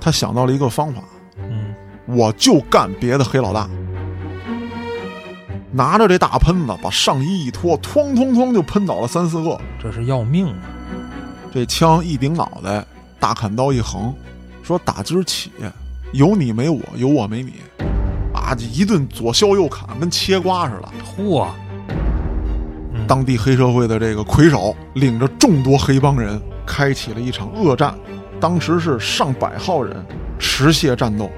他想到了一个方法，嗯我就干别的黑老大。拿着这大喷子，把上衣一脱，哐哐哐就喷倒了三四个。这是要命啊！这枪一顶脑袋，大砍刀一横，说打今儿起，有你没我，有我没你。啊，这一顿左削右砍，跟切瓜似的。嚯，嗯当地黑社会的这个魁首领着众多黑帮人，开启了一场恶战。当时是上百号人持械战斗。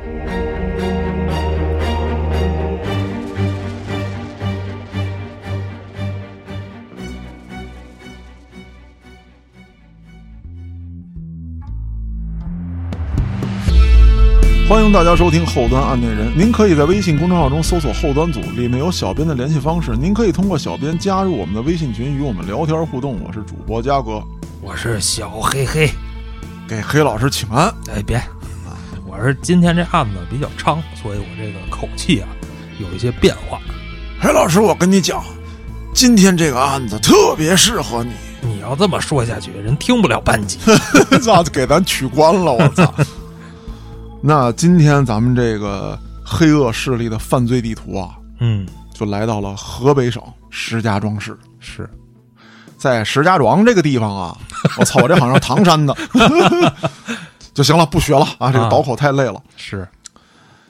欢迎大家收听《后端案内人》，您可以在微信公众号中搜索“后端组”，里面有小编的联系方式，您可以通过小编加入我们的微信群，与我们聊天互动。我是主播嘉哥，我是小黑黑，给黑老师请安。哎别，我是今天这案子比较长，所以我这个口气啊有一些变化。黑老师，我跟你讲，今天这个案子特别适合 你。你要这么说下去，人听不了 半集。操，给咱取关了，我操！ 那今天咱们这个黑恶势力的犯罪地图啊，嗯，就来到了河北省石家庄市。是在石家庄这个地方啊，我操，我这好像是唐山的， 就行了，不学了啊，这个啊倒口太累了。是，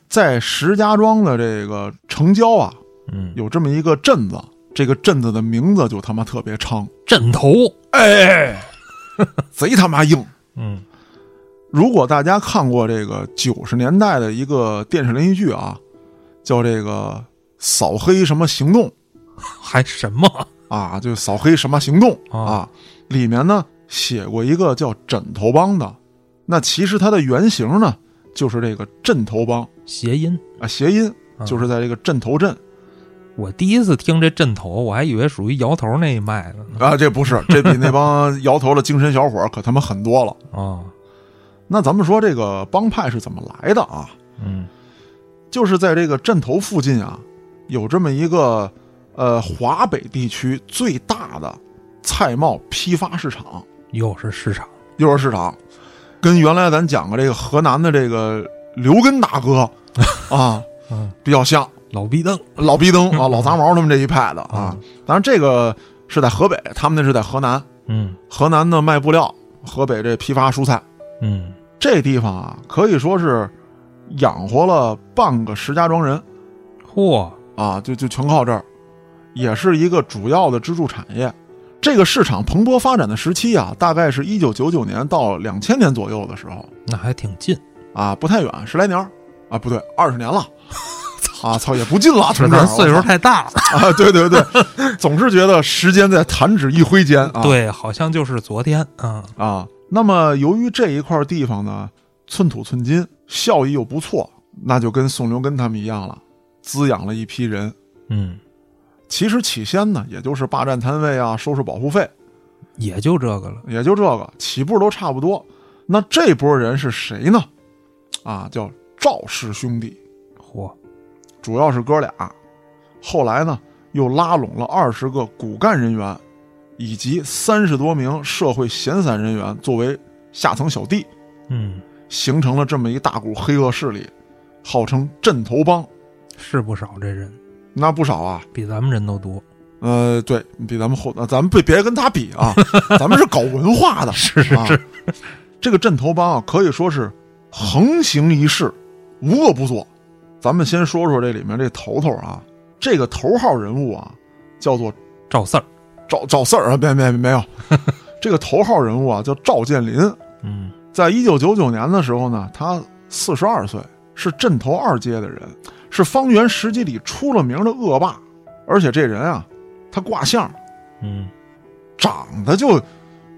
在石家庄的这个城郊啊，嗯，有这么一个镇子，这个镇子的名字就他妈特别长，阵头，哎，贼他妈硬。嗯如果大家看过这个九十年代的一个电视连续剧啊，叫这个“扫黑什么行动还什么？”啊，就“扫黑什么行动”啊啊，里面呢写过一个叫枕头帮的，那其实它的原型呢就是这个镇头帮谐音。啊，谐音啊就是在这个镇头镇我第一次听这阵头，我还以为属于摇头那一脉的呢。啊，这不是，这比那帮摇头的精神小伙儿可他妈狠多了。啊，那咱们说这个帮派是怎么来的啊？嗯就是在这个镇头附近啊，有这么一个呃华北地区最大的菜贸批发市场又是市场， ——幼儿市场，跟原来咱讲过这个河南的这个刘根大哥啊嗯，比较像，老逼灯老逼灯啊，老杂毛他们这一派的啊。当然，这个是在河北，他们那是在河南。嗯河南呢卖布料，河北这批发蔬菜，嗯，这地方啊可以说是养活了半个石家庄人。嚯，啊，就就全靠这儿，也是一个主要的支柱产业。这个市场蓬勃发展的时期啊，大概是一九九九年到两千年左右的时候那还挺近，啊，不太远，十来年儿啊，不对，二十年了，啊，操，也不近了，同志，咱岁数我操太大了。啊，对对对， 总是觉得时间在弹指一挥间啊，对，好像就是昨天啊，啊。那么由于这一块地方呢，寸土寸金，效益又不错，那就跟宋留根他们一样了，滋养了一批人，嗯，其实起先呢，也就是霸占摊位啊，收拾保护费，也就这个了。也就这个起步都差不多。那这波人是谁呢？啊，叫赵氏兄弟，嚯，主要是哥俩。后来呢，又拉拢了二十个骨干人员，以及三十多名社会闲散人员作为下层小弟，嗯，形成了这么一大股黑恶势力，号称镇头帮。是不少这人，那不少啊，比咱们人都多。呃，对比咱们后，呃咱们别别跟他比 啊，咱们是搞文化的，是是啊是，这个镇头帮啊，可以说是横行一世，无恶不作。咱们先说说这里面这头头啊，这个头号人物啊，叫做赵四儿，赵赵四儿啊，没没没 有，这个头号人物啊叫赵建林，嗯，在一九九九年的时候呢，他四十二岁，是镇头二街的人，是方圆十几里出了名的恶霸，而且这人啊，他卦相嗯，长得就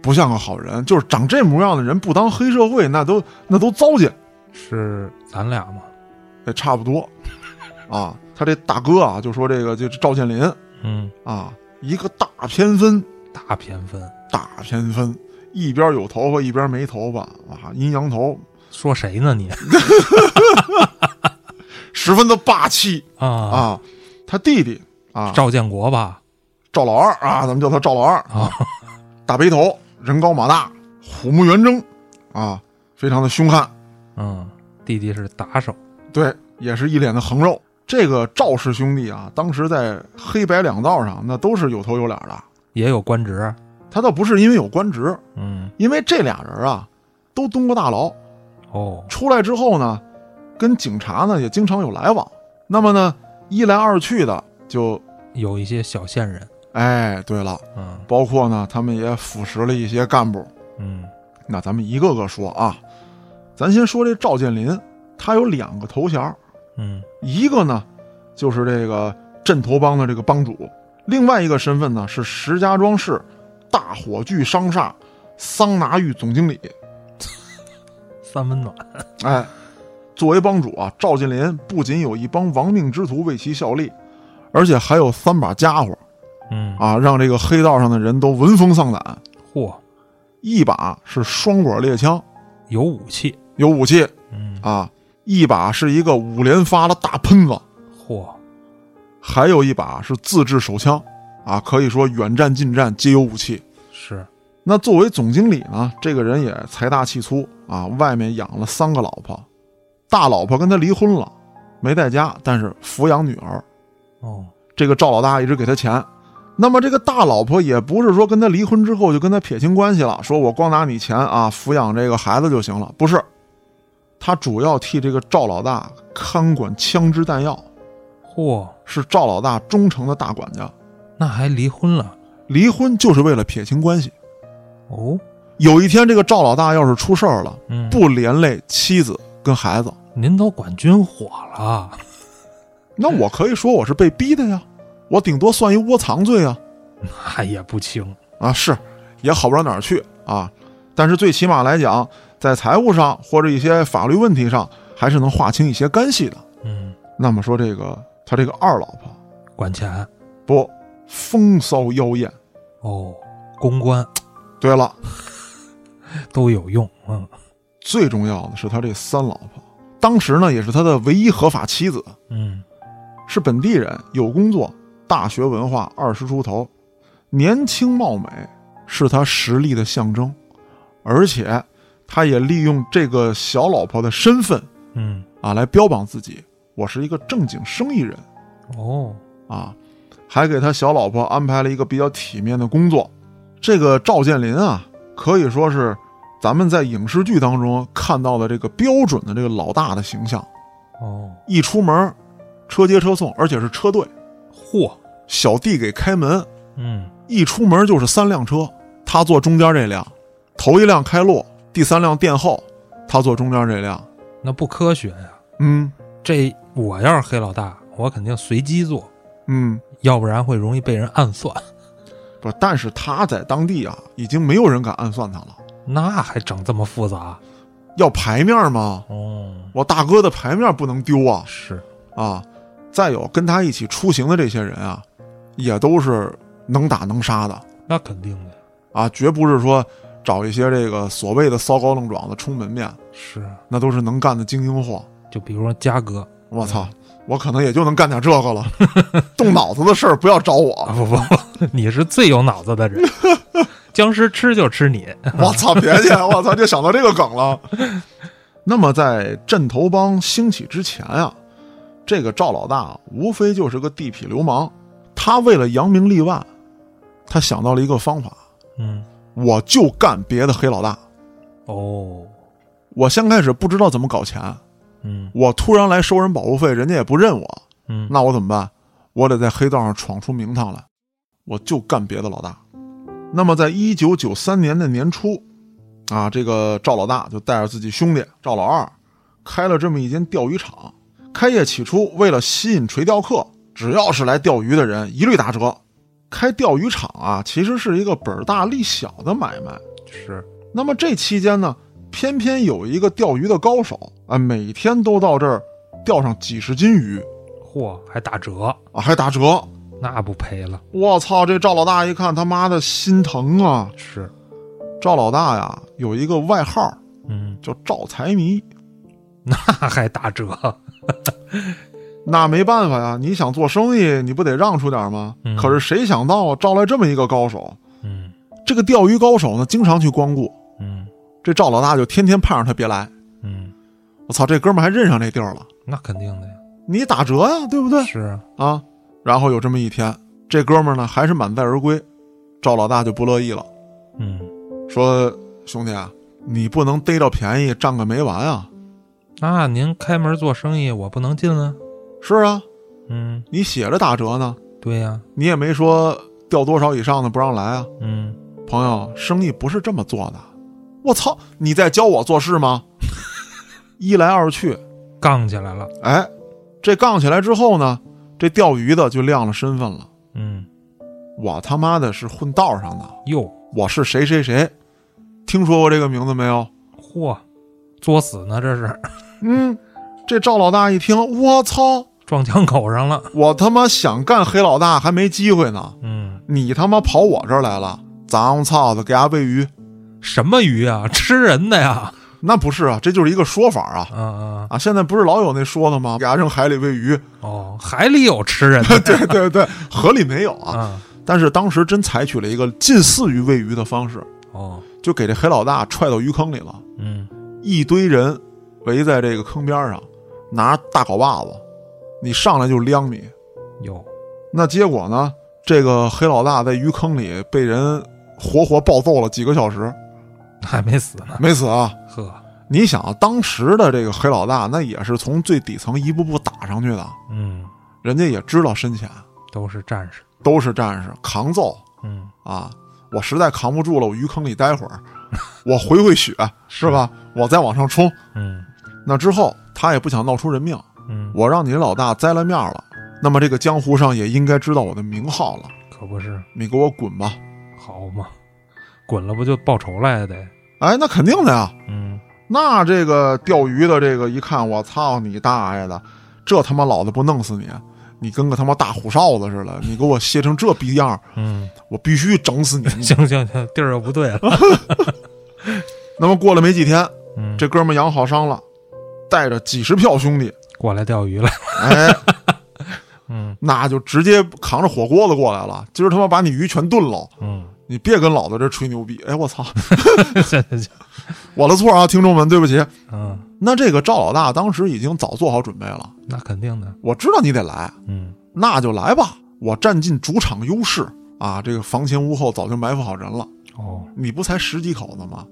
不像个好人，就是长这模样的人不当黑社会那都那都糟践。是咱俩吗？也差不多， 啊，他这大哥啊，就说这个就是赵建林嗯，啊，一个大偏分，大偏分。大偏分，一边有头发一边没头发啊，阴阳头，说谁呢你？十分的霸气啊，啊。他弟弟啊，赵赵建国吧？赵老二啊，咱们叫他赵老二啊，大背头，人高马大，虎目圆睁啊，非常的凶悍。嗯，弟弟是打手，对，也是一脸的横肉。这个赵氏兄弟啊，当时在黑白两道上那都是有头有脸的。也有官职，他倒不是因为有官职，嗯，因为这俩人啊都蹲过大牢，哦，出来之后呢，跟警察呢也经常有来往。那么呢，一来二去的就，有一些小线人，哎，对了，嗯包括呢，他们也腐蚀了一些干部。嗯，那咱们一个个说啊，咱先说这赵建林，他有两个头衔儿，嗯，一个呢就是这个镇头帮的这个帮主，另外一个身份呢是石家庄市大火炬商厦桑拿浴总经理。三温暖，哎，作为帮主啊，赵建林不仅有一帮亡命之徒为其效力，而且还有三把家伙嗯，啊，让这个黑道上的人都闻风丧胆。嚯，一把是双管猎枪，有武器，有武器嗯，啊；一把是一个五连发的大喷子，嚯，还有一把是自制手枪，啊，可以说远战近战皆有武器。是，那作为总经理呢，这个人也财大气粗啊，外面养了三个老婆，大老婆跟他离婚了，没在家，但是抚养女儿。哦，这个赵老大一直给他钱。那么这个大老婆也不是说跟他离婚之后就跟他撇清关系了，说我光拿你钱啊抚养这个孩子就行了，不是，他主要替这个赵老大看管枪支弹药，嚯，是赵老大忠诚的大管家。那还离婚了，离婚就是为了撇清关系。哦，有一天这个赵老大要是出事儿了，嗯，，不连累妻子跟孩子，您都管军火了， 那我可以说我是被逼的呀，我顶多算一窝藏罪啊。那也哎不轻，啊，是也好不到哪儿去啊。但是最起码来讲，在财务上或者一些法律问题上，还是能划清一些干系的。嗯，那么说，这个他这个二老婆管钱，不风骚妖艳。哦，公关对了，都有用，嗯最重要的是他这三老婆，当时呢也是他的唯一合法妻子，嗯，是本地人，有工作，大学文化，二十出头，年轻貌美，是他实力的象征。而且，他也利用这个小老婆的身份，嗯，啊来标榜自己，我是一个正经生意人哦，啊，还给他小老婆安排了一个比较体面的工作。这个赵建林啊，可以说是咱们在影视剧当中看到的这个标准的这个老大的形象，哦，一出门，车接车送，而且是车队，嚯，小弟给开门，嗯，一出门就是三辆车，他坐中间这辆，头一辆开路，第三辆殿后，他坐中间这辆，那不科学呀。嗯这我要是黑老大，我肯定随机做，嗯。要不然会容易被人暗算。不，但是他在当地啊，已经没有人敢暗算他了。那还整这么复杂？要牌面吗？哦，我大哥的牌面不能丢啊是，啊！再有跟他一起出行的这些人啊，也都是能打能杀的那肯定的，啊，绝不是说找一些这个所谓的骚高愣壮的充门面，是。啊那都是能干的精英货。就比如说嘉哥我操，我可能也就能干点这个了， 动脑子的事儿不要找啊，我。不不不，你是最有脑子的 人，僵尸吃就吃你。我操，别介，我操，就想到这个梗了。 那么在镇头帮兴起之前啊，这个赵老大无非就是个地痞流氓，他为了扬名立万，他想到了一个方法，嗯，我就干别的黑老大。哦，我先开始不知道怎么搞钱，嗯我突然来收人保护费，人家也不认我，嗯，那我怎么办？我得在黑道上闯出名堂来，我就干别的老大。那么，在一九九三年的年初，啊，这个赵老大就带着自己兄弟赵老二，开了这么一间钓鱼场。开业起初，为了吸引垂钓客，只要是来钓鱼的人，一律打折。开钓鱼场啊，其实是一个本儿大利小的买卖。是，那么这期间呢，偏偏有一个钓鱼的高手啊，每天都到这儿钓上几十斤鱼嚯，还打折，啊，还打折。那不赔了。我操！这赵老大一看，他妈的心疼啊！是，赵老大呀，有一个外号嗯，叫“赵财迷那还打折。”，那没办法呀，你想做生意，你不得让出点吗？嗯可是谁想到啊，招来这么一个高手？嗯这个钓鱼高手呢，经常去光顾，嗯这赵老大就天天盼着他别来。嗯，我操，这哥们儿还认上这地儿了，那肯定的呀，你打折呀、对不对是啊，啊？然后有这么一天，这哥们儿呢还是满载而归，赵老大就不乐意了，嗯，说兄弟啊，你不能逮着便宜占个没完啊！那您开门做生意，我不能进啊，是啊，嗯，你写着打折呢，对呀、你也没说掉多少以上的不让来啊。嗯，朋友，生意不是这么做的。我操，你在教我做事吗？一来二去，杠起来了，哎，这杠起来之后呢，这钓鱼的就亮了身份了。嗯，我他妈的是混道上的，哟，我是谁谁谁，听说过这个名字没有？嚯，作死呢这是，嗯，这赵老大一听，我操，撞枪口上了，我他妈想干黑老大还没机会呢，嗯，你他妈跑我这儿来了，咱操的给他喂鱼，什么鱼啊，吃人的呀，那不是啊，这就是一个说法啊。啊啊，啊，现在不是老有那说的吗？给它扔海里喂鱼， 哦，海里有吃人 的对对对，河里没有啊。啊，但是当时真采取了一个近似于喂鱼的方式，哦，就给这黑老大踹到鱼坑里了。嗯，一堆人围在这个坑边上，拿大镐把子，你上来就撩你。哟，那结果呢？这个黑老大在鱼坑里被人活活暴揍了几个小时，还没死呢，没死啊！呵，你想啊，当时的这个黑老大，那也是从最底层一步步打上去的，嗯，人家也知道深浅，都是战士，都是战士，扛揍嗯，啊！我实在扛不住了，我鱼坑里待会儿，我回回血是吧？我再往上冲。嗯，那之后他也不想闹出人命，嗯，我让你老大栽了面了，那么这个江湖上也应该知道我的名号了。可不是，你给我滚吧！好嘛，滚了不就报仇来了得，哎，那肯定的呀。嗯，那这个钓鱼的这个一看，我操你大爷的，这他妈老子不弄死你！你跟个他妈大虎哨子似的，你给我歇成这逼样儿，嗯，我必须整死你！ 行行行，地儿又不对了，那么过了没几天，嗯，这哥们儿养好伤了，带着几十票兄弟，过来钓鱼了，哎，嗯那就直接扛着火锅子过来了。今儿他妈把你鱼全炖了，嗯，你别跟老子这吹牛逼！哎，我操，行行行，我的错啊，听众们，对不起。嗯，那这个赵老大当时已经早做好准备了，那肯定的，我知道你得来，嗯那就来吧，我占尽主场优势啊！这个房前屋后早就埋伏好人了，哦你不才十几口子吗？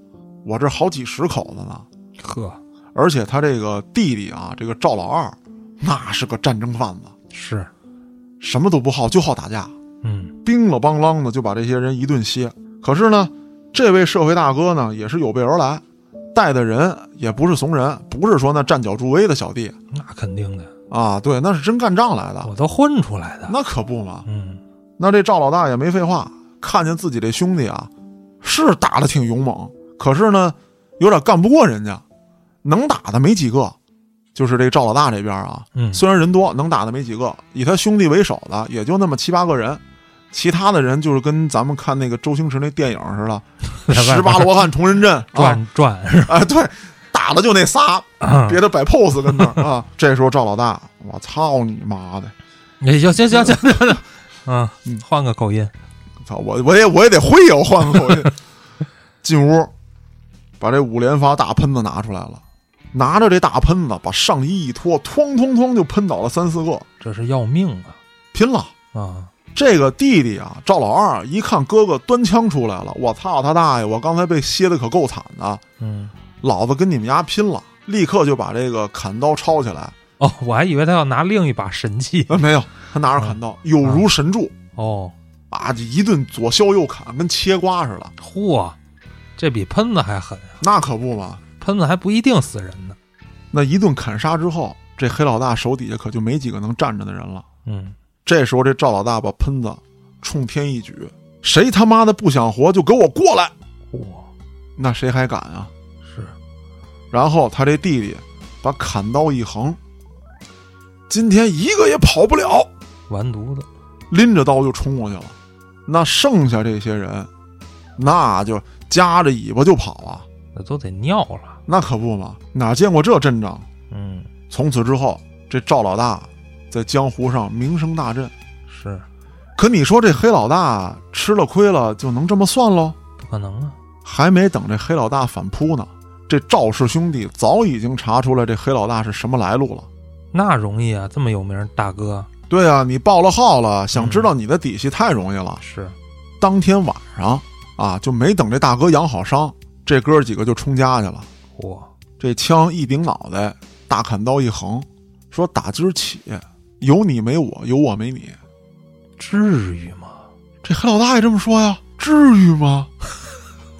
我这好几十口子呢。呵而且他这个弟弟啊，这个赵老二，那是个战争贩子，是什么都不好，就好打架，嗯叮了邦啷的就把这些人一顿歇。可是呢，这位社会大哥呢也是有备而来，带的人也不是怂人，不是说那站脚助威的小弟那肯定的，啊，对，那是真干仗来的，我都混出来的，那可不嘛。嗯那这赵老大也没废话，看见自己这兄弟啊，是打得挺勇猛，可是呢，有点干不过人家，能打的没几个。就是这赵老大这边啊，嗯虽然人多，能打的没几个，以他兄弟为首的也就那么七八个人，其他的人就是跟咱们看那个周星驰那电影似 的，十八罗汉同人阵啊，转转是吧？哎对，打的就那仨，啊别的摆 pose 跟那儿啊。 这时候赵老大，我操你妈的，哎行行行行行行，嗯嗯，换个口音，操我我也我也得会呀，我换个口音。进屋，把这五连发大喷子拿出来了，拿着这大喷子把上衣一脱，哐哐哐就喷倒了三四个，这是要命啊拼了！啊！这个弟弟啊，赵老二一看哥哥端枪出来了，我操他大爷！我刚才被歇的可够惨的，嗯，老子跟你们家拼了！立刻就把这个砍刀抄起来，哦，我还以为他要拿另一把神器呃，没有，他拿着砍刀，有如神助哦，啊，就一顿左削右砍，跟切瓜似的。嚯，这比喷子还狠啊！那可不嘛，喷子还不一定死人呢。那一顿砍杀之后，这黑老大手底下可就没几个能站着的人了。嗯，这时候，这赵老大把喷子冲天一举，谁他妈的不想活就给我过来！嚯，那谁还敢啊？是，然后他这弟弟把砍刀一横，今天一个也跑不了，完犊子，拎着刀就冲过去了。那剩下这些人，那就夹着尾巴就跑啊！那都得尿了。那可不嘛，哪见过这阵仗？嗯，从此之后，这赵老大在江湖上名声大振。是，可你说这黑老大吃了亏了就能这么算喽？不可能啊。还没等这黑老大反扑呢，这赵氏兄弟早已经查出来这黑老大是什么来路了。那容易啊，这么有名儿大哥对啊，你报了号了，想知道你的底细太容易了。是当天晚上啊，就没等这大哥养好伤，这哥几个就冲家去了。我这枪一顶脑袋，大砍刀一横，说打今儿起有你没我，有我没你。至于吗？这黑老大也这么说呀，至于吗？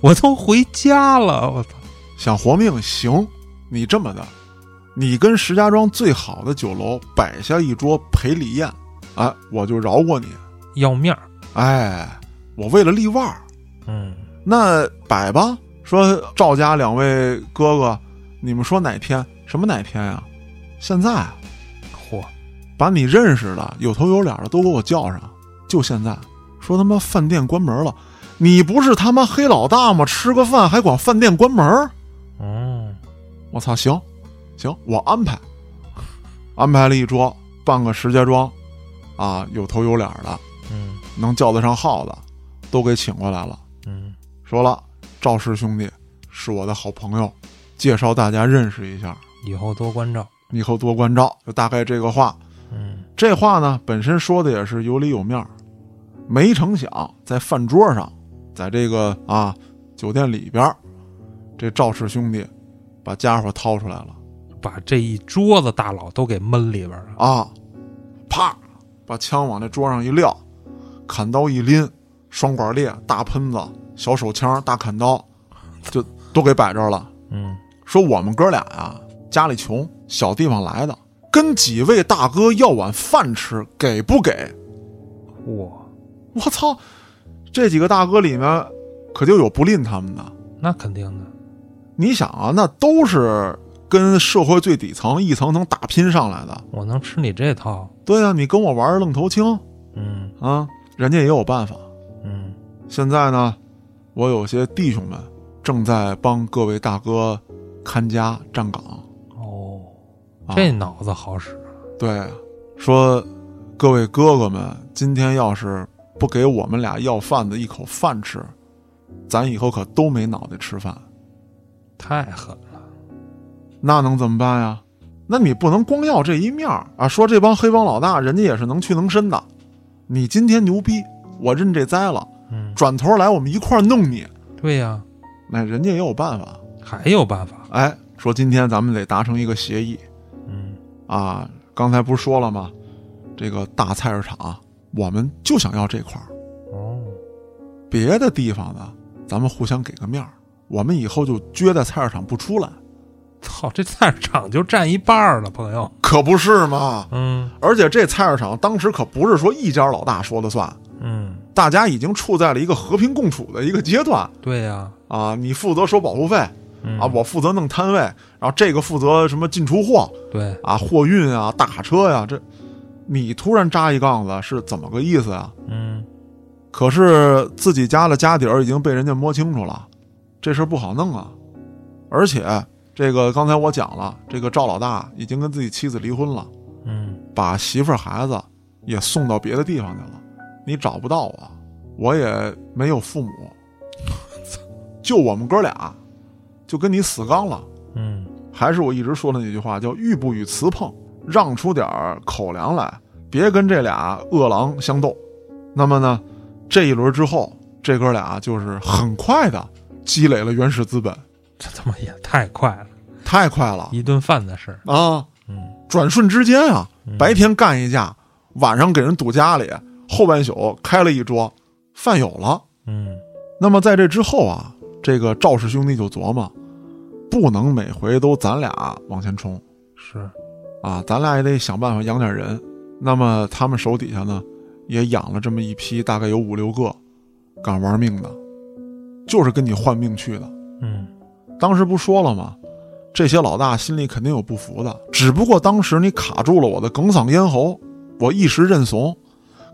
我都回家了，我操！想活命行，你这么的，你跟石家庄最好的酒楼摆下一桌赔礼宴，哎，我就饶过你。要面儿，哎，我为了立腕儿，嗯，那摆吧。说赵家两位哥哥，你们说哪天？什么哪天呀、现在啊嚯，把你认识的有头有脸的都给我叫上，就现在。说他妈饭店关门了，你不是他妈黑老大吗？吃个饭还管饭店关门儿？嗯，我操，行，行，我安排，安排了一桌，半个石家庄，啊，有头有脸的，嗯，能叫得上号的，都给请过来了。嗯，说了，赵氏兄弟是我的好朋友，介绍大家认识一下，以后多关照，以后多关照。就大概这个话，嗯，这话呢本身说的也是有理有面儿。没成想，在饭桌上，在这个啊酒店里边儿，这赵氏兄弟把家伙掏出来了把这一桌子大佬都给闷里边儿了，啊，啪，把枪往那桌上一撂，砍刀一拎，双管猎、大喷子、小手枪、大砍刀，就都给摆这儿了。嗯，说我们哥俩啊，家里穷，小地方来的，跟几位大哥要碗饭吃，给不给？嚯，我操！这几个大哥里面，可就有不吝他们的。那肯定的，你想啊，那都是跟社会最底层一层层打拼上来的。我能吃你这套，对啊，你跟我玩愣头青嗯啊，人家也有办法。嗯，现在呢，我有些弟兄们正在帮各位大哥看家站岗。哦，啊这脑子好使，对，说各位哥哥们，今天要是不给我们俩要饭的一口饭吃，咱以后可都没脑袋吃饭。太狠了，那能怎么办呀？那你不能光要这一面儿啊！说这帮黑帮老大，人家也是能屈能伸的。你今天牛逼，我认这栽了，嗯，转头来我们一块儿弄你。对呀、那人家也有办法。还有办法，哎，说今天咱们得达成一个协议嗯，啊！刚才不是说了吗？这个大菜市场，我们就想要这块儿。哦，别的地方的，咱们互相给个面儿，我们以后就撅在菜市场不出来，操，这菜市场就占一半儿了，朋友，可不是嘛？嗯而且这菜市场当时可不是说一家老大说了算，嗯，大家已经处在了一个和平共处的一个阶段对呀、啊！你负责收保护费嗯啊，我负责弄摊位，然后这个负责什么进出货对，啊、货运啊、大车呀、这你突然扎一杠子是怎么个意思啊？嗯，可是自己家的家底儿已经被人家摸清楚了，这事儿不好弄啊。而且这个刚才我讲了，这个赵老大已经跟自己妻子离婚了，嗯，把媳妇儿孩子也送到别的地方去了。你找不到我，我也没有父母，就我们哥俩，就跟你死刚了。嗯，还是我一直说的那句话，叫“玉不与雌碰”，让出点儿口粮来，别跟这俩饿狼相斗。那么呢，这一轮之后，这哥俩就是很快的积累了原始资本，这他妈也太快了，太快了一顿饭的事儿，啊！啊嗯，转瞬之间啊，嗯白天干一架，晚上给人堵家里，后半宿开了一桌，饭有了。嗯，那么在这之后啊，这个赵氏兄弟就琢磨，不能每回都咱俩往前冲。是，啊，咱俩也得想办法养点人。那么他们手底下呢，也养了这么一批，大概有五六个，敢玩命的，就是跟你换命去的。嗯，当时不说了吗？这些老大心里肯定有不服的，只不过当时你卡住了我的哽嗓咽喉，我一时认怂。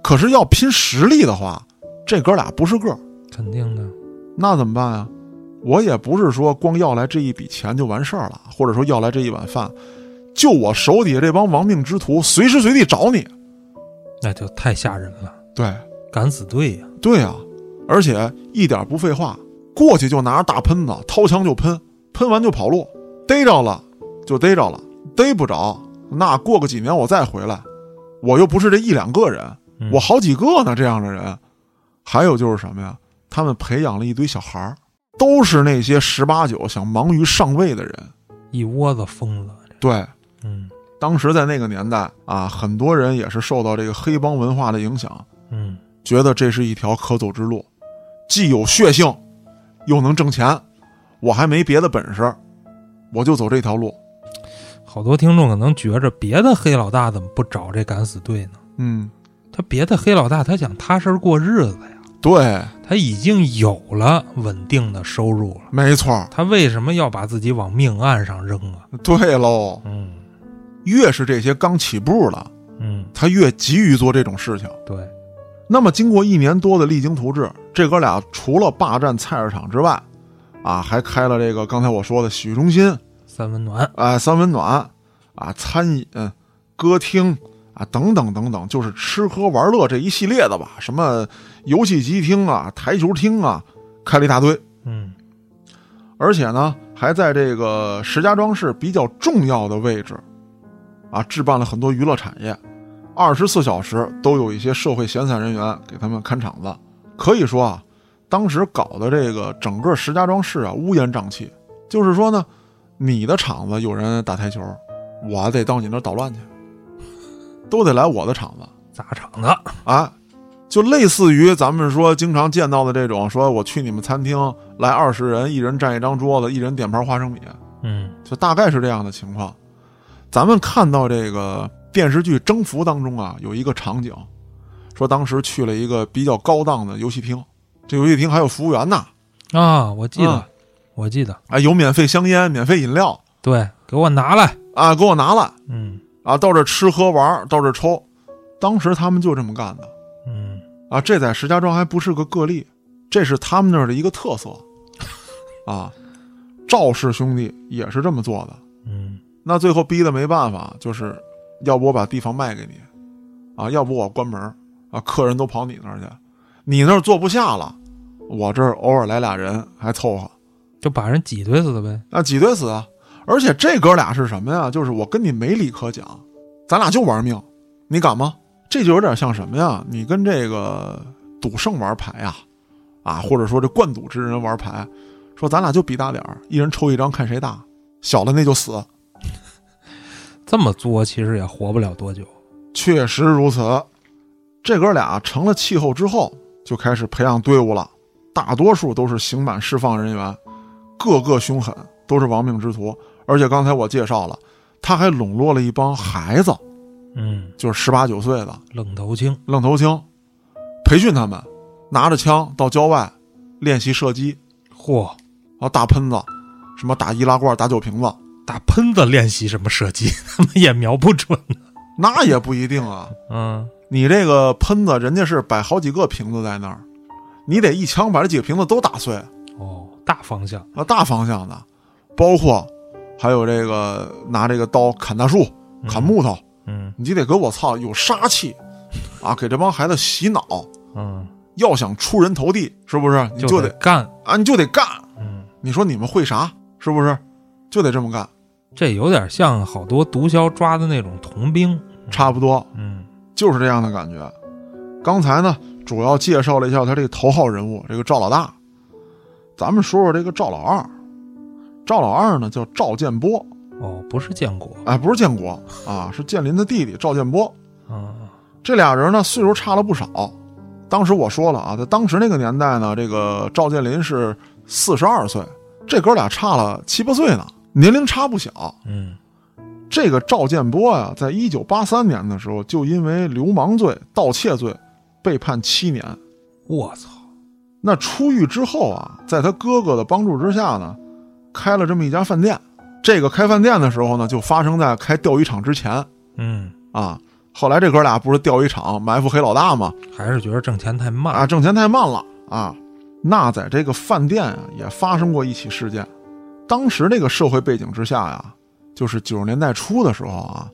可是要拼实力的话，这哥俩不是个儿，肯定的，那怎么办呀？我也不是说光要来这一笔钱就完事儿了，或者说要来这一碗饭，就我手底下这帮亡命之徒，随时随地找你。那就太吓人了，对，敢死队呀、对啊，而且一点不废话，过去就拿着大喷子，掏枪就喷，喷完就跑路，逮着了就逮着了，逮不着那过个几年我再回来，我又不是这一两个人，嗯我好几个呢这样的人。还有就是什么呀？他们培养了一堆小孩儿，都是那些十八九想忙于上位的人。嗯一窝子疯子，对，嗯当时在那个年代啊，很多人也是受到这个黑帮文化的影响，嗯觉得这是一条可走之路，既有血性，又能挣钱。我还没别的本事，我就走这条路。好多听众可能觉着别的黑老大怎么不找这敢死队呢？嗯，他别的黑老大他想踏实过日子呀，对，他已经有了稳定的收入了，没错儿，他为什么要把自己往命案上扔啊？对喽。嗯越是这些刚起步的，嗯，他越急于做这种事情。对，那么，经过一年多的励精图治，这哥俩除了霸占菜市场之外，啊，还开了这个刚才我说的洗浴中心，三温暖，啊，三温暖，啊，餐饮、歌厅啊，等等等等，就是吃喝玩乐这一系列的吧，什么游戏机厅啊、台球厅啊，开了一大堆。嗯而且呢，还在这个石家庄市比较重要的位置，啊，置办了很多娱乐产业，二十四小时都有一些社会闲散人员给他们看场子。可以说啊，当时搞的这个整个石家庄市啊乌烟瘴气。就是说呢，你的场子有人打台球，我得到你那儿捣乱去，都得来我的场子。砸场子，啊，就类似于咱们说经常见到的这种，说我去你们餐厅来二十人，一人占一张桌子，一人点盘花生米，嗯就大概是这样的情况。咱们看到这个电视剧《征服》当中啊，有一个场景，说当时去了一个比较高档的游戏厅，这游戏厅还有服务员呢，啊，我记得，嗯我记得，啊，有免费香烟、免费饮料对，给我拿来，啊，给我拿来嗯啊，到这吃喝玩，到这抽，当时他们就这么干的嗯，啊，这在石家庄还不是个个例，这是他们那儿的一个特色，啊，赵氏兄弟也是这么做的。嗯那最后逼的没办法，就是要不我把地方卖给你，啊，要不我关门儿，啊，客人都跑你那儿去，你那儿坐不下了，我这儿偶尔来俩人还凑合，就把人挤兑死呗，那挤兑死啊！而且这哥俩是什么呀？就是我跟你没理可讲，咱俩就玩命，你敢吗？这就有点像什么呀？你跟这个赌圣玩牌呀、啊，或者说这灌赌之人玩牌，说咱俩就比大点儿，一人抽一张看谁大，小的那就死。这么作其实也活不了多久，确实如此，这哥俩成了气候之后，就开始培养队伍了，大多数都是刑满释放人员，个个凶狠，都是亡命之徒。而且刚才我介绍了，他还笼络了一帮孩子，嗯，就是十八九岁的愣头青，愣头青，培训他们，拿着枪到郊外练习射击，嚯，然后大喷子，什么打易拉罐、打酒瓶子，打喷子练习什么射击， 他们也瞄不准，那也不一定啊。嗯，你这个喷子，人家是摆好几个瓶子在那儿，你得一枪把这几个瓶子都打碎哦，大方向，啊，大方向的，包括还有这个拿这个刀砍大树、砍木头，嗯你就得给我操有杀气啊，给这帮孩子洗脑，嗯，要要想出人头地，是不是？你就就得干，啊，你就得干。嗯，你说你们会啥？是不是？就得这么干，这有点像好多毒枭抓的那种童兵，差不多嗯就是这样的感觉。刚才呢，主要介绍了一下他这个头号人物，这个赵老大。咱们说说这个赵老二。赵老二呢叫赵建波，哦，不是建国，哎，不是建国啊，是建林的弟弟赵建波。嗯这俩人呢岁数差了不少。当时我说了啊，在当时那个年代呢，这个赵建林是四十二岁，这哥俩差了七八岁呢，年龄差不小。嗯这个赵建波呀、在一九八三年的时候，就因为流氓罪、盗窃罪被判七年。我操，那出狱之后啊，在他哥哥的帮助之下呢，开了这么一家饭店。这个开饭店的时候呢，就发生在开钓鱼场之前嗯，啊。后来这哥俩不是钓鱼场埋伏黑老大吗？还是觉得挣钱太慢，啊，挣钱太慢了啊。那在这个饭店啊，也发生过一起事件。当时那个社会背景之下呀，就是九十年代初的时候啊，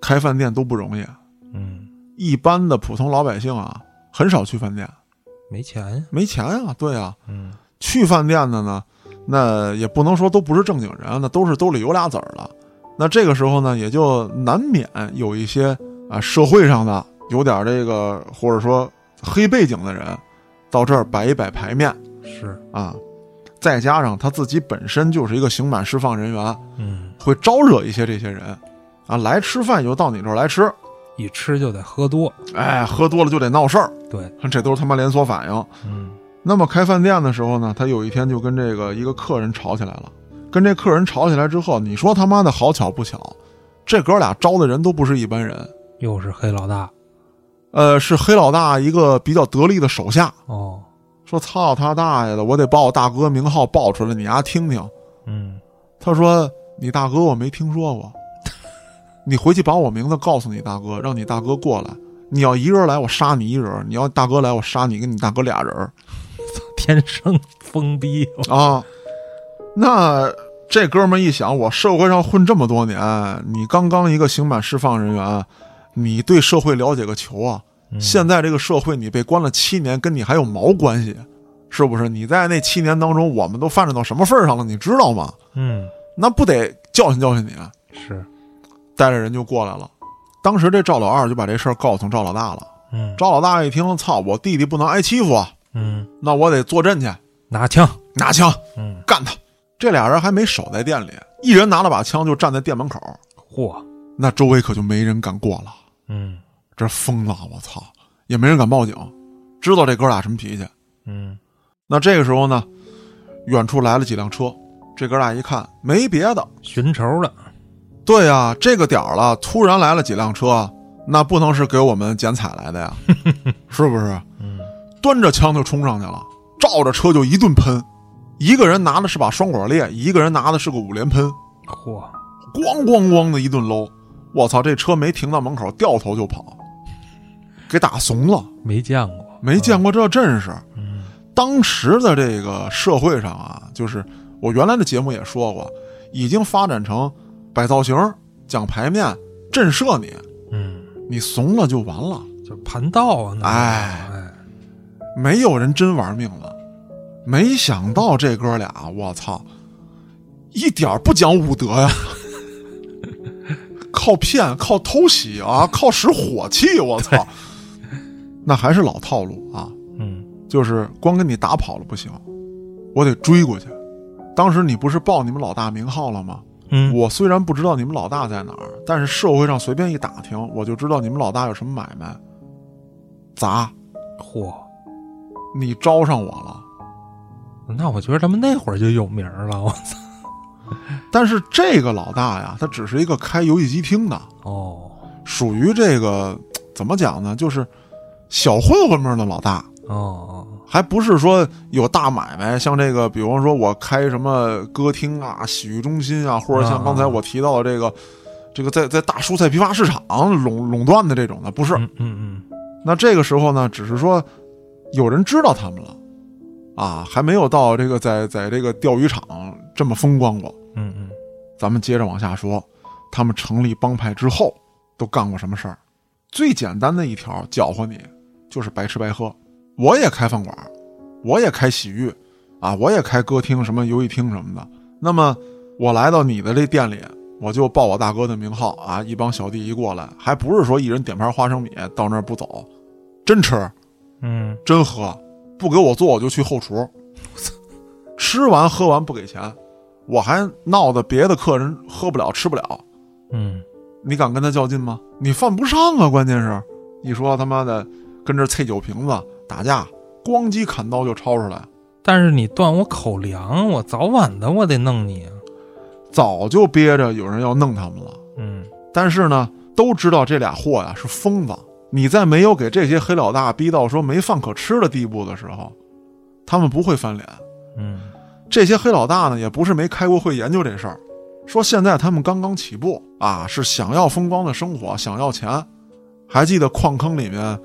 开饭店都不容易。嗯，一般的普通老百姓啊，很少去饭店，没钱呀，没钱啊，对啊，嗯去饭店的呢，那也不能说都不是正经人啊，那都是兜里有俩子儿的。那这个时候呢，也就难免有一些啊社会上的有点这个或者说黑背景的人，到这儿摆一摆牌面是，啊。再加上他自己本身就是一个刑满释放人员，嗯，会招惹一些这些人啊，来吃饭就到你这儿来吃，一吃就得喝多，哎，喝多了就得闹事儿，对，这都是他妈连锁反应。嗯那么开饭店的时候呢，他有一天就跟这个一个客人吵起来了。跟这客人吵起来之后，你说他妈的好巧不巧，这哥俩招的人都不是一般人，又是黑老大呃，是黑老大一个比较得力的手下。哦，说操他大爷的，我得把我大哥名号报出来，你丫听听。嗯，他说你大哥我没听说过， 你回去把我名字告诉你大哥，让你大哥过来。你要一人来，我杀你一人；你要大哥来，我杀你跟你大哥俩人。 天生疯逼，啊，那这哥们儿一想，我社会上混这么多年，你刚刚一个刑满释放人员，你对社会了解个球啊！嗯现在这个社会，你被关了七年，跟你还有毛关系？是不是？你在那七年当中，我们都发展到什么份儿上了？你知道吗？嗯那不得教训教训你啊！是，带着人就过来了。当时这赵老二就把这事儿告诉赵老大了。嗯赵老大一听，操，我弟弟不能挨欺负啊，嗯，那我得坐镇去，拿枪，拿枪嗯，干他！这俩人还没守在店里，一人拿了把枪就站在店门口，嚯，那周围可就没人敢过了。嗯这疯了，我操！也没人敢报警，知道这哥俩什么脾气。嗯那这个时候呢，远处来了几辆车，这哥俩一看没别的，寻仇的，对呀、这个点儿了，突然来了几辆车，那不能是给我们剪彩来的呀， 是不是？嗯端着枪就冲上去了，照着车就一顿喷，一个人拿的是把双管猎，一个人拿的是个五连喷。嚯，咣咣咣的一顿搂，我操，这车没停到门口，掉头就跑，给打怂了，没见过，没见过这阵势。嗯当时的这个社会上啊，就是我原来的节目也说过，已经发展成摆造型、讲牌面、震慑你，嗯，你怂了就完了，就盘道啊，那哎哎，没有人真玩命了。没想到这哥俩，我操，一点儿不讲武德呀！ 靠骗、靠偷袭啊，靠使火器，我操！那还是老套路啊，嗯就是光跟你打跑了不行，我得追过去。当时你不是报你们老大名号了吗？嗯，我虽然不知道你们老大在哪儿，但是社会上随便一打听，我就知道你们老大有什么买卖。砸，嚯。你招上我了。那我觉得他们那会儿就有名儿了，我操！但是这个老大呀，他只是一个开游戏机厅的，哦属于这个怎么讲呢？就是小混混们的老大，哦哦，还不是说有大买卖，像这个，比方说我开什么歌厅啊、洗浴中心啊，或者像刚才我提到的这个，这个在在大蔬菜批发市场啊垄垄断的这种的，不是。嗯嗯嗯，那这个时候呢，只是说有人知道他们了，啊，还没有到这个在在这个钓鱼场这么风光过。嗯嗯，咱们接着往下说，他们成立帮派之后都干过什么事儿？最简单的一条，搅和你，就是白吃白喝。我也开饭馆，我也开洗浴，啊，我也开歌厅，什么游戏厅什么的。那么我来到你的这店里，我就报我大哥的名号啊，一帮小弟一过来，还不是说一人点盘花生米到那儿不走，真吃嗯，真喝，不给我做我就去后厨，吃完喝完不给钱，我还闹得别的客人喝不了吃不了，嗯，你敢跟他较劲吗？你犯不上啊！关键是，一说他妈的跟这啐酒瓶子打架，咣叽砍刀就抄出来，但是你断我口粮，我早晚的我得弄你啊。早就憋着有人要弄他们了。嗯但是呢，都知道这俩货呀是疯子。你在没有给这些黑老大逼到说没饭可吃的地步的时候，他们不会翻脸。嗯这些黑老大呢，也不是没开过会研究这事儿，说现在他们刚刚起步啊，是想要风光的生活，想要钱。还记得矿坑里面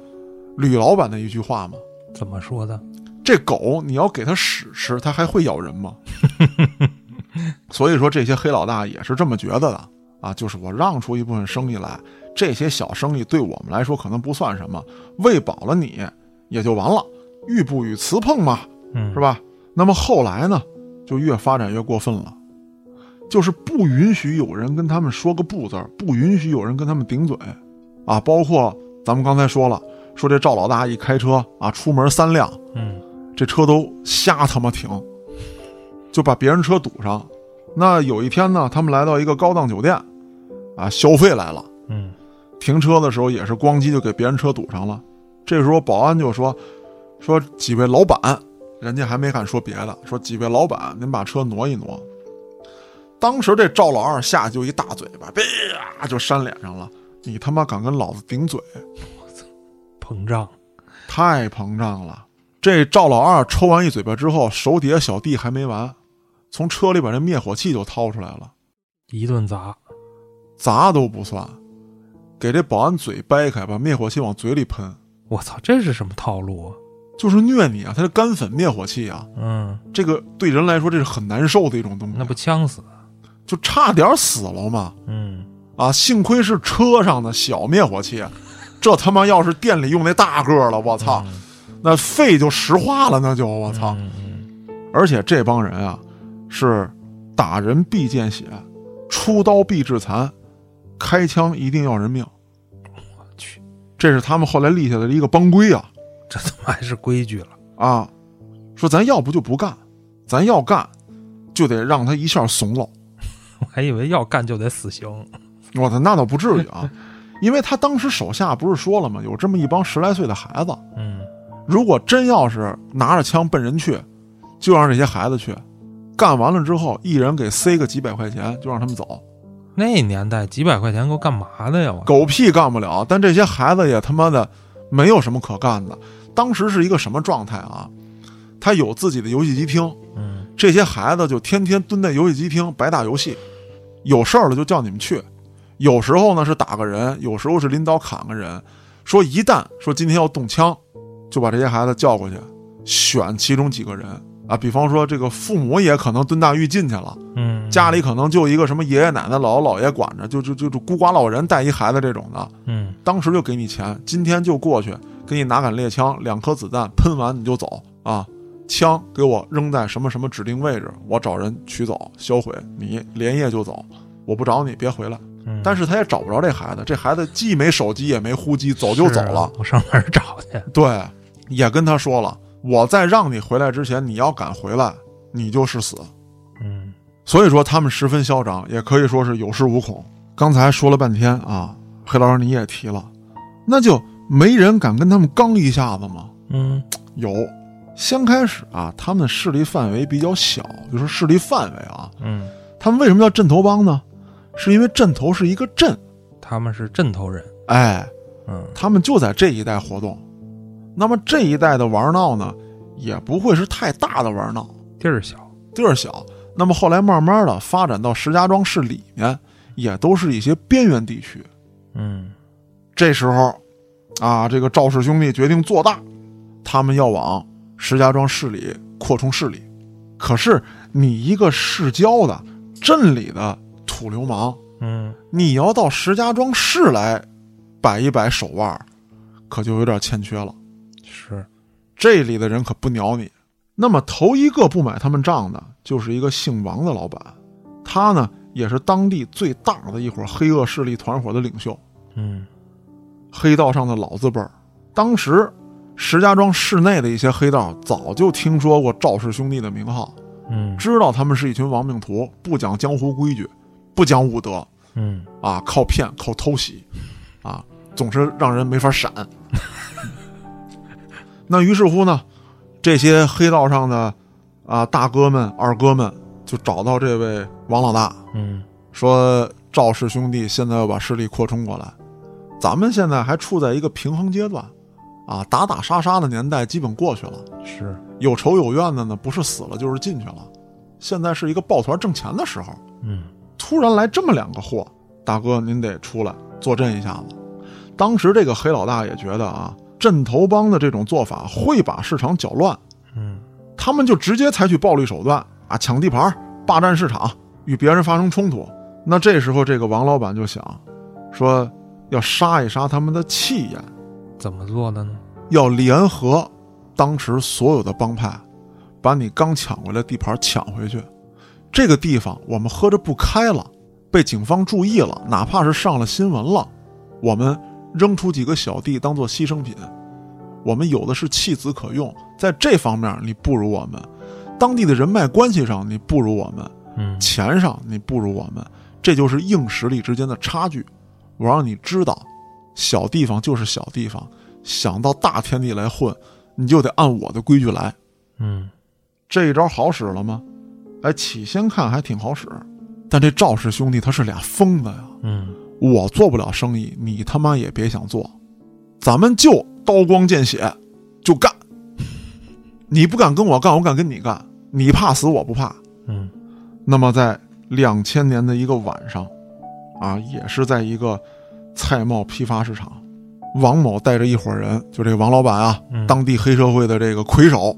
吕老板的一句话吗？怎么说的？这狗你要给它屎吃，它还会咬人吗？ 所以说这些黑老大也是这么觉得的啊，就是我让出一部分生意来，这些小生意对我们来说可能不算什么，喂饱了你也就完了，欲不与雌碰嘛，嗯，是？吧？那么后来呢，就越发展越过分了，就是不允许有人跟他们说个不字儿，不允许有人跟他们顶嘴，啊，包括咱们刚才说了，说这赵老大一开车啊，出门三辆，嗯，这车都瞎他妈停，就把别人车堵上。那有一天呢，他们来到一个高档酒店，啊，消费来了，嗯，停车的时候也是咣叽就给别人车堵上了。这时候保安就说：“说几位老板，人家还没敢说别的，说几位老板，您把车挪一挪。”当时这赵老二下去就一大嘴巴，啪就扇脸上了。你他妈敢跟老子顶嘴！膨胀，太膨胀了。这赵老二抽完一嘴巴之后，手底下小弟还没完，从车里把这灭火器就掏出来了，一顿砸，砸都不算，给这保安嘴掰开，把灭火器往嘴里喷，我操，这是什么套路啊？就是虐你啊！他是干粉灭火器啊，嗯，这个对人来说这是很难受的一种东西，那不呛死？就差点死了吗？嗯，啊，幸亏是车上的小灭火器，这他妈要是店里用那大个儿了，我操，嗯，那肺就石化了，那就我操。嗯，嗯而且这帮人啊，是打人必见血，出刀必致残，开枪一定要人命，我去，这是他们后来立下的一个帮规啊这他妈还是规矩了，啊！说咱要不就不干，咱要干就得让他一下怂了。我还以为要干就得死刑。我操，那倒不至于啊，因为他当时手下不是说了吗？有这么一帮十来岁的孩子，嗯，如果真要是拿着枪奔人去，就让这些孩子去，干完了之后，一人给塞个几百块钱，就让他们走。那年代几百块钱够干嘛的呀？我狗屁干不了，但这些孩子也他妈的没有什么可干的。当时是一个什么状态啊？他有自己的游戏机厅，嗯，这些孩子就天天蹲在游戏机厅白打游戏，有事儿了就叫你们去。有时候呢是打个人，有时候是拎刀砍个人。说一旦说今天要动枪，就把这些孩子叫过去，选其中几个人啊，比方说这个父母也可能蹲大狱进去了，嗯，家里可能就一个什么爷爷奶奶、姥姥姥爷管着，就就就就孤寡老人带一孩子这种的。嗯，当时就给你钱，今天就过去，给你拿杆猎枪，两颗子弹喷完你就走啊！枪给我扔在什么什么指定位置，我找人取走、销毁，你连夜就走，我不找你，别回来。嗯，但是他也找不着这孩子，这孩子既没手机也没呼机，走就走是啊了。我上哪儿找去？对，也跟他说了，我在让你回来之前，你要敢回来，你就是死。嗯，所以说他们十分嚣张，也可以说是有恃无恐。刚才说了半天啊，黑老师你也提了，那就没人敢跟他们刚一下子吗？嗯，有，先开始啊，他们的势力范围比较小，就是势力范围啊，嗯，他们为什么叫镇头帮呢？是因为镇头是一个镇，他们是镇头人，哎，嗯，他们就在这一带活动。那么这一带的玩闹呢，也不会是太大的玩闹，地儿小，地儿小。那么后来慢慢的发展到石家庄市里面，也都是一些边缘地区。嗯，这时候，啊，这个赵氏兄弟决定做大，他们要往石家庄市里扩充势力。可是你一个市郊的镇里的土流氓，嗯，你要到石家庄市来摆一摆手腕儿，可就有点欠缺了。是，这里的人可不鸟你。那么头一个不买他们账的，就是一个姓王的老板，他呢也是当地最大的一伙黑恶势力团伙的领袖，嗯，黑道上的老字辈儿。当时石家庄市内的一些黑道早就听说过赵氏兄弟的名号，嗯，知道他们是一群亡命徒，不讲江湖规矩，不讲武德嗯，啊，靠骗，靠偷袭，啊，总是让人没法闪。那于是乎呢，这些黑道上的啊大哥们、二哥们就找到这位王老大，嗯，说赵氏兄弟现在要把势力扩充过来，咱们现在还处在一个平衡阶段，啊，打打杀杀的年代基本过去了，是，有仇有怨的呢，不是死了就是进去了，现在是一个抱团挣钱的时候。嗯，突然来这么两个货，大哥您得出来坐镇一下子。当时这个黑老大也觉得啊，镇头帮的这种做法会把市场搅乱，嗯，他们就直接采取暴力手段啊，抢地盘、霸占市场，与别人发生冲突。那这时候，这个王老板就想，说要杀一杀他们的气焰，怎么做的呢？要联合当时所有的帮派，把你刚抢回来的地盘抢回去。这个地方我们喝着不开了，被警方注意了，哪怕是上了新闻了，我们扔出几个小弟当做牺牲品。我们有的是弃子可用，在这方面你不如我们，当地的人脉关系上你不如我们，嗯，钱上你不如我们，这就是硬实力之间的差距。我让你知道，小地方就是小地方，想到大天地来混，你就得按我的规矩来。嗯，这一招好使了吗？哎，起先看还挺好使，但这赵氏兄弟他是俩疯子呀！嗯，我做不了生意，你他妈也别想做，咱们就刀光见血，就干。你不敢跟我干，我敢跟你干。你怕死，我不怕。嗯，那么在两千年的一个晚上，啊，也是在一个菜贸批发市场，王某带着一伙人，就这个王老板啊，嗯，当地黑社会的这个魁首，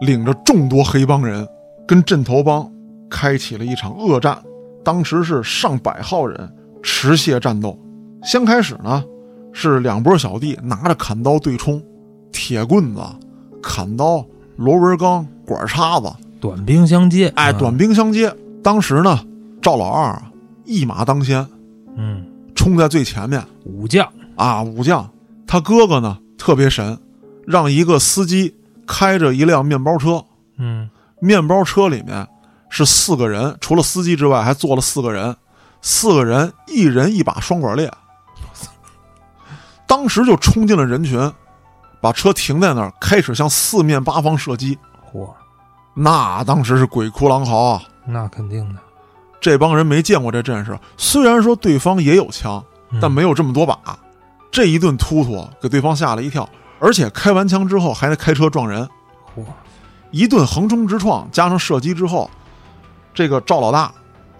领着众多黑帮人跟镇头帮开启了一场恶战。当时是上百号人持械战斗。先开始呢，是两波小弟拿着砍刀对冲，铁棍子、砍刀、螺纹钢、管叉子，短兵相接，哎，嗯短，兵相接。当时呢，赵老二啊一马当先，嗯，冲在最前面武将，啊，武将。他哥哥呢特别神，让一个司机开着一辆面包车，嗯，面包车里面是四个人，除了司机之外还坐了四个人，四个人一人一把双管猎， 当时就冲进了人群，把车停在那儿，开始向四面八方射击。嚯，那当时是鬼哭狼嚎啊！那肯定的，这帮人没见过这阵势，虽然说对方也有枪，嗯但没有这么多把。这一顿突突给对方吓了一跳，而且开完枪之后还得开车撞人，嚯，一顿横冲直撞，加上射击之后，这个赵老大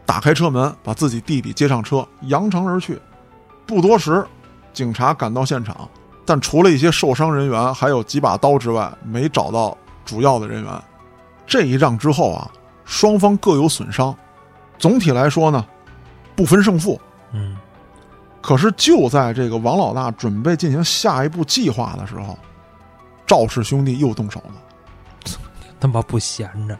打开车门，把自己弟弟接上车，扬长而去。不多时，警察赶到现场，但除了一些受伤人员，还有几把刀之外，没找到主要的人员。这一仗之后啊，双方各有损伤，总体来说呢，不分胜负。嗯，可是就在这个王老大准备进行下一步计划的时候，赵氏兄弟又动手了。他妈不闲着，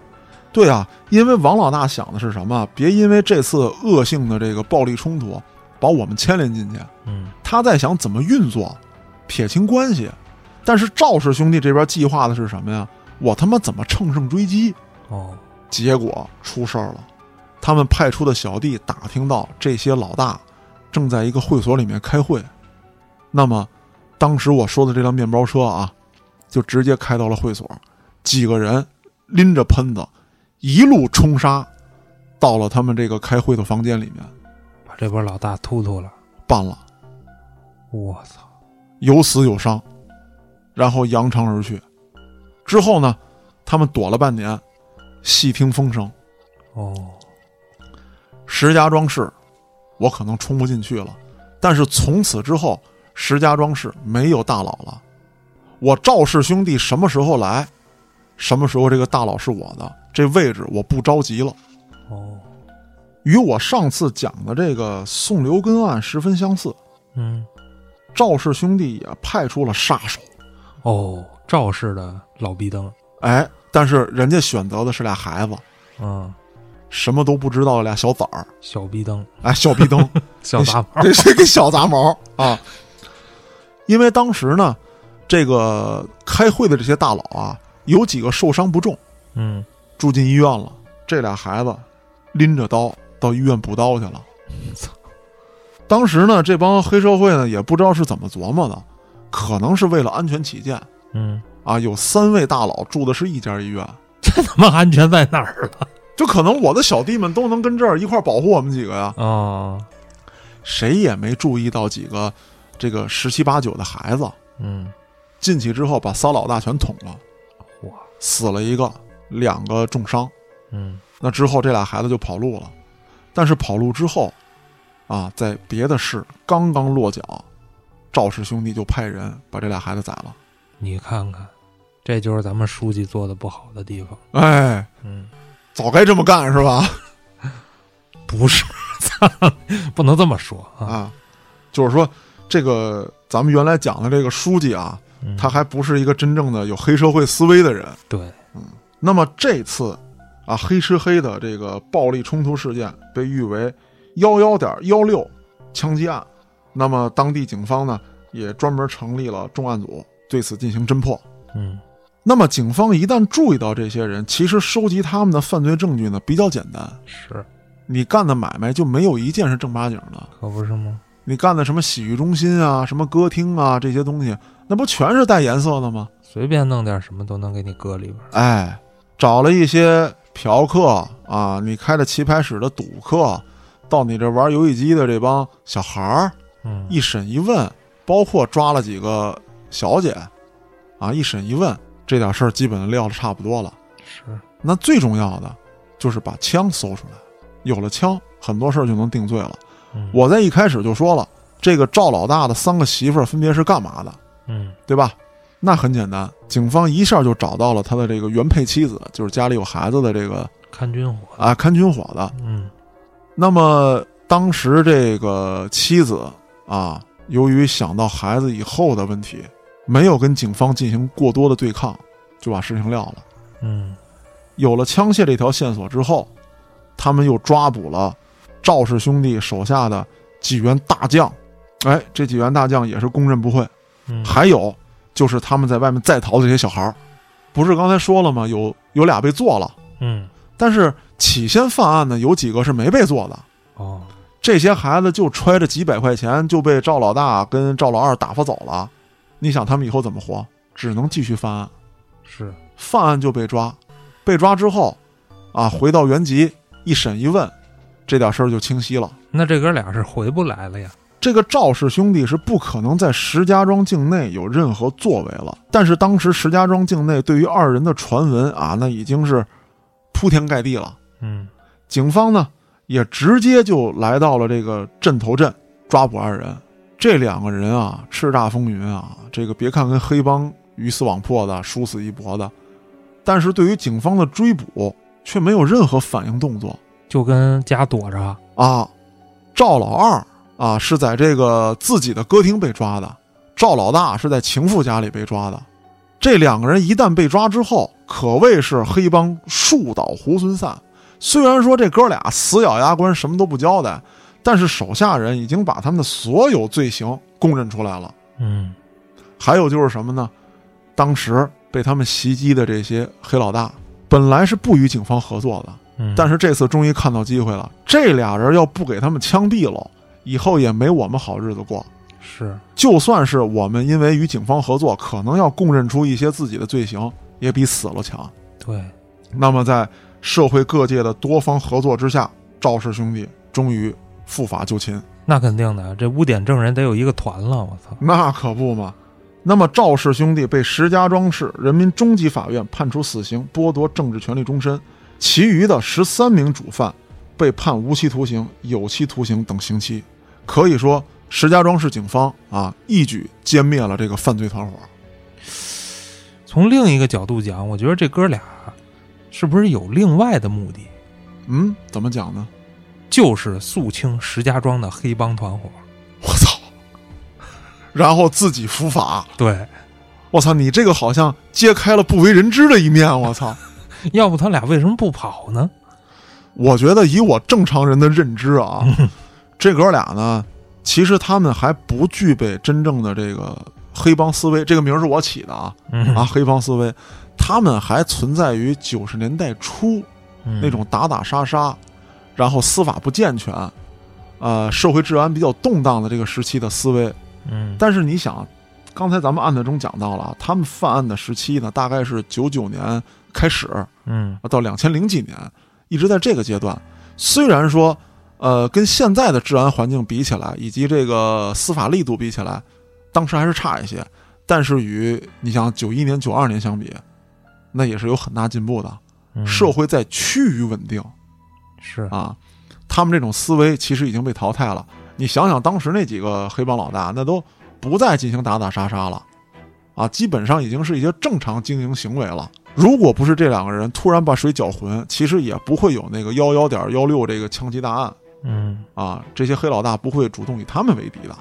对啊，因为王老大想的是什么？别因为这次恶性的这个暴力冲突把我们牵连进去。嗯，他在想怎么运作，撇清关系。但是赵氏兄弟这边计划的是什么呀？我他妈怎么乘胜追击？哦，结果出事儿了，他们派出的小弟打听到这些老大正在一个会所里面开会。那么，当时我说的这辆面包车啊，就直接开到了会所，几个人拎着喷子，一路冲杀，到了他们这个开会的房间里面，把这波老大突突了，办了，我操，有死有伤，然后扬长而去。之后呢，他们躲了半年，细听风声。哦，石家庄市，我可能冲不进去了。但是从此之后，石家庄市没有大佬了。我赵氏兄弟什么时候来，什么时候这个大佬是我的，这位置我不着急了。哦，与我上次讲的这个宋留根案十分相似，嗯，赵氏兄弟也派出了杀手，哦，赵氏的老逼灯，哎，但是人家选择的是俩孩子，嗯，什么都不知道的俩小崽儿，小逼灯，哎，小逼灯，小杂 毛，这是个小杂毛啊。因为当时呢，这个开会的这些大佬啊，有几个受伤不重，嗯，住进医院了。这俩孩子拎着刀到医院补刀去了。操，当时呢，这帮黑社会呢也不知道是怎么琢磨的，可能是为了安全起见嗯，啊，有三位大佬住的是一家医院，这 他妈安全在哪儿了？就可能我的小弟们都能跟这儿一块儿保护我们几个呀，哦，谁也没注意到几个这个十七八九的孩子。嗯，进去之后把仨老大全捅了，哇，死了一个，两个重伤。嗯，那之后这俩孩子就跑路了，但是跑路之后，啊，在别的市刚刚落脚，赵氏兄弟就派人把这俩孩子宰了。你看看，这就是咱们书记做的不好的地方。哎，嗯，早该这么干是吧？不是， 操，不能这么说啊。啊，就是说这个咱们原来讲的这个书记啊，嗯他还不是一个真正的有黑社会思维的人。对，那么这次啊，黑吃黑的这个暴力冲突事件被誉为“幺幺点幺六”枪击案。那么当地警方呢，也专门成立了重案组，对此进行侦破。嗯那么警方一旦注意到这些人，其实收集他们的犯罪证据呢比较简单，是，你干的买卖就没有一件是正八经的。可不是吗？你干的什么洗浴中心啊、什么歌厅啊这些东西，那不全是带颜色的吗？随便弄点什么都能给你搁里边儿。哎，找了一些嫖客啊，你开的棋牌室的赌客，到你这玩游戏机的这帮小孩儿，嗯，一审一问，包括抓了几个小姐，啊，一审一问，这点事儿基本撂的差不多了。是，那最重要的就是把枪搜出来，有了枪，很多事儿就能定罪了。嗯我在一开始就说了，这个赵老大的三个媳妇儿分别是干嘛的，嗯对吧？那很简单，警方一下就找到了他的这个原配妻子，就是家里有孩子的这个看军火的。啊看军火的。嗯那么当时这个妻子啊，由于想到孩子以后的问题，没有跟警方进行过多的对抗，就把事情撂了。嗯有了枪械这条线索之后，他们又抓捕了赵氏兄弟手下的几员大将。哎，这几员大将也是供认不讳。嗯，还有就是他们在外面在逃的这些小孩儿，不是刚才说了吗？有有俩被做了，嗯但是起先犯案呢，有几个是没被做的。哦，这些孩子就揣着几百块钱就被赵老大跟赵老二打发走了，你想他们以后怎么活？只能继续犯案。是，犯案就被抓，被抓之后，啊，回到原籍一审一问，这点事儿就清晰了。那这哥俩是回不来了呀。这个赵氏兄弟是不可能在石家庄境内有任何作为了。但是当时石家庄境内对于二人的传闻啊，那已经是铺天盖地了。嗯警方呢也直接就来到了这个镇头镇，抓捕二人。这两个人啊，叱咤风云啊，这个别看跟黑帮鱼死网破的、殊死一搏的，但是对于警方的追捕却没有任何反应动作就跟家躲着。啊。赵老二啊是在这个自己的歌厅被抓的，赵老大是在情妇家里被抓的。这两个人一旦被抓之后，可谓是黑帮树倒猢狲散。虽然说这哥俩死咬牙关，什么都不交代，但是手下人已经把他们的所有罪行供认出来了。嗯还有就是什么呢？当时被他们袭击的这些黑老大，本来是不与警方合作的，嗯，但是这次终于看到机会了。这俩人要不给他们枪毙了，以后也没我们好日子过。是，就算是我们因为与警方合作，可能要供认出一些自己的罪行，也比死了强。对，那么，在社会各界的多方合作之下，赵氏兄弟终于伏法就擒。那肯定的，这污点证人得有一个团了，我操！那可不嘛。那么赵氏兄弟被石家庄市人民中级法院判处死刑，剥夺政治权利终身。其余的十三名主犯被判无期徒刑、有期徒刑等刑期。可以说，石家庄市警方啊，一举歼灭了这个犯罪团伙。从另一个角度讲，我觉得这哥俩是不是有另外的目的，嗯，怎么讲呢？ 就是肃清石家庄的黑帮团伙？我操！然后自己伏法，对，我操！你这个好像揭开了不为人知的一面，我操！要不他俩为什么不跑呢？我觉得以我正常人的认知啊，这哥俩呢，其实他们还不具备真正的这个黑帮思维。这个名儿是我起的啊嗯啊，黑帮思维，他们还存在于九十年代初嗯那种打打杀杀，然后司法不健全，呃，社会治安比较动荡的这个时期的思维。嗯，但是你想，刚才咱们案子中讲到了啊，他们犯案的时期呢，大概是九九年开始，嗯啊，到两千零几年，一直在这个阶段。虽然说，呃，跟现在的治安环境比起来，以及这个司法力度比起来，当时还是差一些，但是与你想九一年、九二年相比，那也是有很大进步的。嗯社会在趋于稳定是啊，他们这种思维其实已经被淘汰了。你想想，当时那几个黑帮老大，那都不再进行打打杀杀了，啊，基本上已经是一些正常经营行为了。如果不是这两个人突然把水搅浑，其实也不会有那个幺幺点幺六这个枪击大案嗯，啊，这些黑老大不会主动以他们为敌的。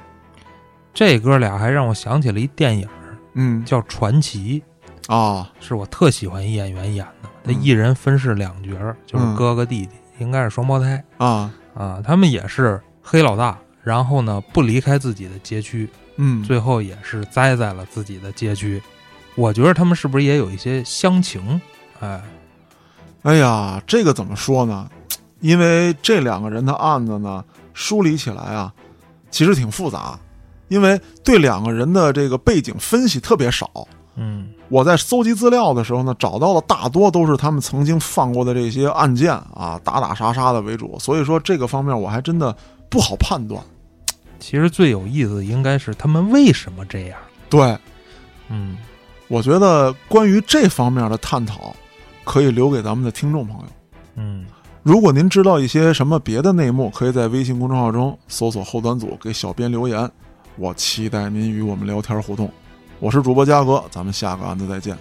这哥俩还让我想起了一电影嗯叫《传奇啊》，是我特喜欢一演员演的，他一人分饰两角儿，就是嗯哥哥弟弟，应该是双胞胎啊，啊。他们也是黑老大，然后呢不离开自己的街区，嗯，最后也是栽在了自己的街区。我觉得他们是不是也有一些乡情？哎，哎呀，这个怎么说呢？因为这两个人的案子呢，梳理起来啊，其实挺复杂，因为对两个人的这个背景分析特别少。嗯我在搜集资料的时候呢，找到的大多都是他们曾经犯过的这些案件啊，打打杀杀的为主，所以说这个方面我还真的不好判断。其实最有意思的应该是他们为什么这样。对嗯，我觉得关于这方面的探讨，可以留给咱们的听众朋友。嗯，如果您知道一些什么别的内幕，可以在微信公众号中搜索“后端组”，给小编留言。我期待您与我们聊天互动。我是主播嘉哥，咱们下个案子再见。